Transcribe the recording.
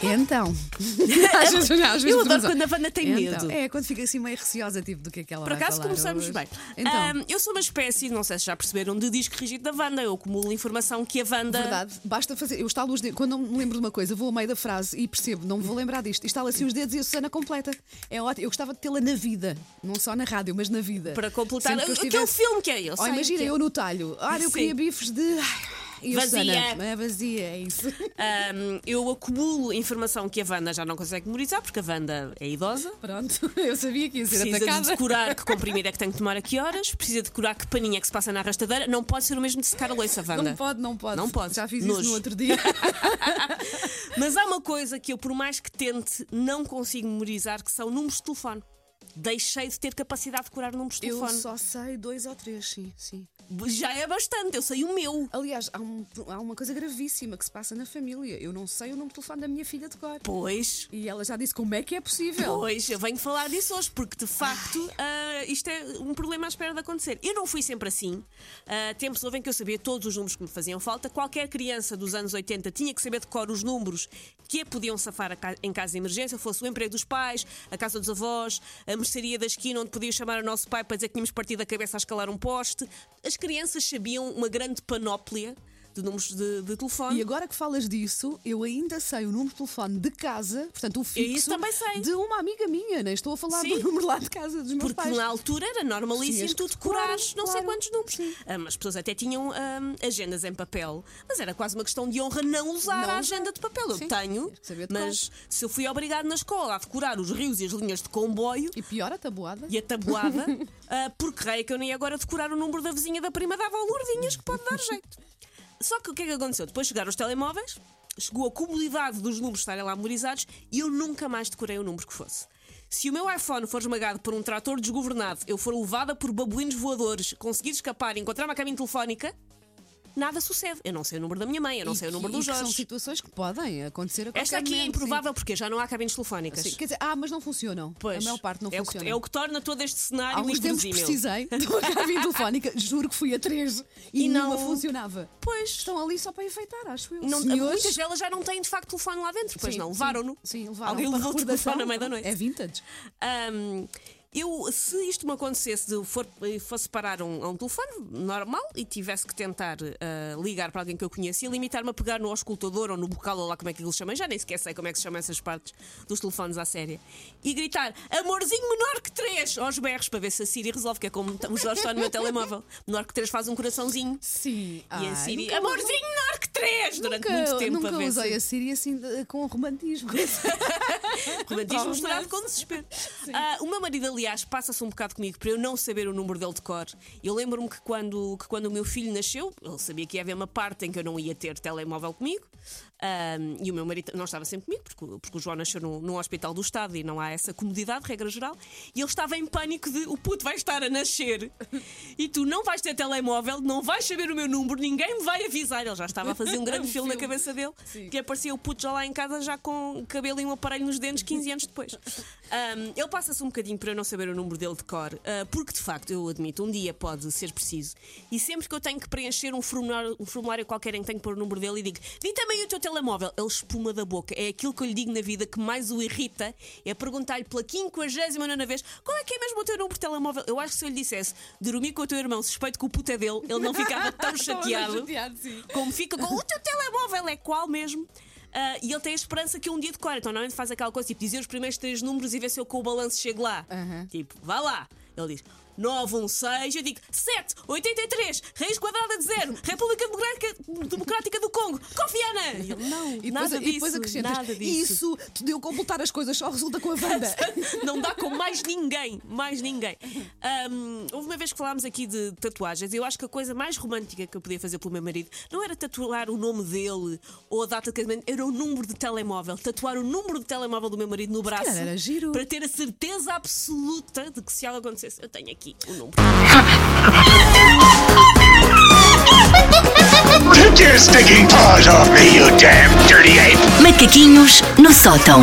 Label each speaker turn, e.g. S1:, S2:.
S1: Então. às vezes, não, às vezes
S2: É, Eu adoro
S1: perguntam,
S2: quando a Wanda tem
S1: então,
S2: medo.
S1: É, quando fica assim meio receosa, tipo, do que é que ela
S2: Por
S1: vai
S2: acaso
S1: falar
S2: começamos
S1: hoje.
S2: bem.
S1: Então,
S2: Ahm, eu sou uma espécie, não sei se já perceberam, de disco rígido da Wanda. Eu acumulo informação que a Wanda.
S1: verdade, basta fazer. Eu estalo os dedos. Quando não me lembro de uma coisa, vou ao meio da frase e percebo, não me vou lembrar disto. Estalo assim os dedos e a Susana completa. É ótimo. Eu gostava de tê-la na vida. Não só na rádio, mas na vida.
S2: Para completar.
S1: Sempre que eu
S2: Aquele
S1: estivesse-
S2: filme que é eu.
S1: Oh,
S2: sei
S1: imagina,
S2: que é.
S1: eu no talho. Ah, eu
S2: Sim.
S1: queria bifes de. E a
S2: Vazia.
S1: Susana, é vazia, é isso.
S2: Ahm, eu acumulo informação que a Wanda já não consegue memorizar, porque a Wanda é idosa.
S1: Pronto, eu sabia que ia ser
S2: Precisa de
S1: atacada.
S2: decorar que comprimido é que tem que tomar a que horas, precisa decorar que paninha é que se passa na arrastadeira. Não pode ser o mesmo de secar a loiça, Wanda.
S1: Não pode, não pode.
S2: Não pode.
S1: Já fiz
S2: Nojo.
S1: isso no outro dia.
S2: Mas há uma coisa que eu, por mais que tente, não consigo memorizar, que são números de telefone. Deixei de ter capacidade de decorar números de
S1: Eu
S2: telefone.
S1: só sei dois ou três, sim, sim.
S2: Já é bastante, eu sei o meu.
S1: Aliás, há, um- há uma coisa gravíssima que se passa na família. Eu não sei o nome de telefone da minha filha de cor.
S2: Pois.
S1: E ela já disse como é que é possível.
S2: Pois, eu venho falar disso hoje, porque de facto ah, isto é um problema à espera de acontecer. Eu não fui sempre assim. Ah, tempos houve em que eu sabia todos os números que me faziam falta. Qualquer criança dos anos 80 tinha que saber de cor os números que a podiam safar a ca- em caso de emergência, fosse o emprego dos pais, a casa dos avós, a mercearia da esquina onde podia chamar o nosso pai para dizer que tínhamos partido a cabeça a escalar um poste. As crianças sabiam uma grande panóplia de números de, de telefone.
S1: E agora que falas disso, eu ainda sei o número de telefone de casa, portanto o fixo
S2: isso também sei.
S1: de uma amiga minha, nem estou a falar
S2: Sim.
S1: do número lá de casa dos meus
S2: Porque
S1: pais.
S2: na altura era
S1: Tinhas
S2: normalíssimo
S1: que
S2: tu decorares
S1: decorar,
S2: não sei
S1: claro.
S2: quantos números.
S1: Sim.
S2: Ahm, as pessoas até tinham ahm, agendas em papel, mas era quase uma questão de honra não usar
S1: Não
S2: a
S1: usar.
S2: agenda de papel. Eu
S1: Sim,
S2: tenho,
S1: tinhas que saber decorar.
S2: mas se eu fui obrigado na escola a decorar os rios e as linhas de comboio
S1: E pior a tabuada.
S2: e a tabuada, ah, porque creio que eu nem agora decorar o número da vizinha da prima dava ao Lourdinhas, que pode dar jeito. Só que o que é que aconteceu? Depois chegaram os telemóveis, chegou a comodidade dos números estarem lá memorizados e eu nunca mais decorei o número que fosse. Se o meu iPhone for esmagado por um trator desgovernado, eu for levada por babuínos voadores, conseguir escapar e encontrar uma cabine telefónica, nada sucede. Eu não sei o número da minha mãe, eu não
S1: E
S2: sei o
S1: que- e
S2: número do
S1: que São
S2: Jorge.
S1: situações que podem acontecer a qualquer
S2: Esta aqui é
S1: momento, sim.
S2: improvável porque já não há cabines telefónicas.
S1: Sim, Quer dizer, ah, mas não funcionam.
S2: Pois,
S1: a maior parte não
S2: é o,
S1: funciona.
S2: que, é o que torna todo este cenário
S1: Há uns tempos
S2: imprevisível.
S1: precisei de uma cabine telefónica, juro que fui a três e,
S2: E não-
S1: nenhuma funcionava.
S2: Pois,
S1: Estão ali só para enfeitar, acho eu.
S2: Não,
S1: Se
S2: muitas
S1: hoje-
S2: delas já não têm de facto telefone lá dentro, pois
S1: Sim,
S2: não?
S1: sim.
S2: Levaram-no.
S1: Sim, levaram
S2: Alguém
S1: para
S2: levou o telefone
S1: recordação.
S2: à meia da noite.
S1: É vintage.
S2: Ahm, eu, se isto me acontecesse, de eu for, eu fosse parar a um, a um telefone normal e tivesse que tentar ah, ligar para alguém que eu conhecia, limitar-me a pegar no auscultador ou no bocal, ou lá como é que eles chamam, já nem sequer sei como é que se chamam essas partes dos telefones à séria, e gritar amorzinho menor que 3 aos berros para ver se a Siri resolve, que é como o Jorge está no meu telemóvel. Menor que 3 faz um coraçãozinho.
S1: Sim.
S2: E a Siri, é amorzinho menor que 3 durante
S1: Ah, nunca,
S2: muito tempo
S1: nunca
S2: a ver se-
S1: usei a Siri assim de- com romantismo.
S2: Romantismo
S1: Romance.
S2: misturado com desespero. Ah, o meu marido, aliás, passa-se um bocado comigo para eu não saber o número dele de cor. Eu lembro-me que quando, que quando o meu filho nasceu, ele sabia que ia haver uma parte em que eu não ia ter telemóvel comigo. Ah, e o meu marido não estava sempre comigo, porque, o- porque o João nasceu num, num hospital do Estado e não há essa comodidade, regra geral. E ele estava em pânico de o puto vai estar a nascer e tu não vais ter telemóvel, não vais saber o meu número, ninguém me vai avisar. Ele já estava a fazer um grande
S1: Um
S2: filme na
S1: filme.
S2: cabeça dele,
S1: Sim.
S2: que aparecia o puto já lá em casa, já com cabelo e um aparelho nos dentes 15 anos depois. Ahm, ele passa-se um bocadinho para eu não saber o número dele de cor, ah, porque de facto, eu admito, um dia pode ser preciso. E sempre que eu tenho que preencher um formulário, um formulário qualquer em que tenho que pôr o número dele e digo, di também o teu telemóvel, ele espuma da boca. É aquilo que eu lhe digo na vida que mais o irrita, é perguntar-lhe pela 59 vez qual é que é mesmo o teu número de telemóvel. Eu acho que se eu lhe dissesse, dormi com o teu irmão, suspeito que o puto é dele, ele não ficava tão chateado
S1: sim.
S2: como fica com o teu telemóvel é qual mesmo? Ah, e ele tem a esperança que um dia decora. Então, normalmente faz aquela coisa tipo dizer os primeiros três números e ver se eu com o balanço chego lá.
S1: Aham.
S2: Tipo, vá lá. Ele diz 916, eu digo 7, 83, raiz quadrada de zero, República Democrática, Democrática do Congo, Confiana! E ele, não,
S1: E depois,
S2: nada
S1: e
S2: disso,
S1: depois acrescentas.
S2: nada disso.
S1: Isso te deu completar as coisas, só resulta com a banda.
S2: Não dá com mais ninguém, mais ninguém. Hum, houve uma vez que falámos aqui de tatuagens e eu acho que a coisa mais romântica que eu podia fazer pelo meu marido não era tatuar o nome dele ou a data de casamento, era o número de telemóvel. Tatuar o número de telemóvel do meu marido no braço
S1: calhar era giro.
S2: para ter a certeza absoluta de que se algo acontecesse, eu tenho aqui o número.
S3: Take your stinking paws off me, you damn dirty ape!
S4: Macaquinhos no sótão.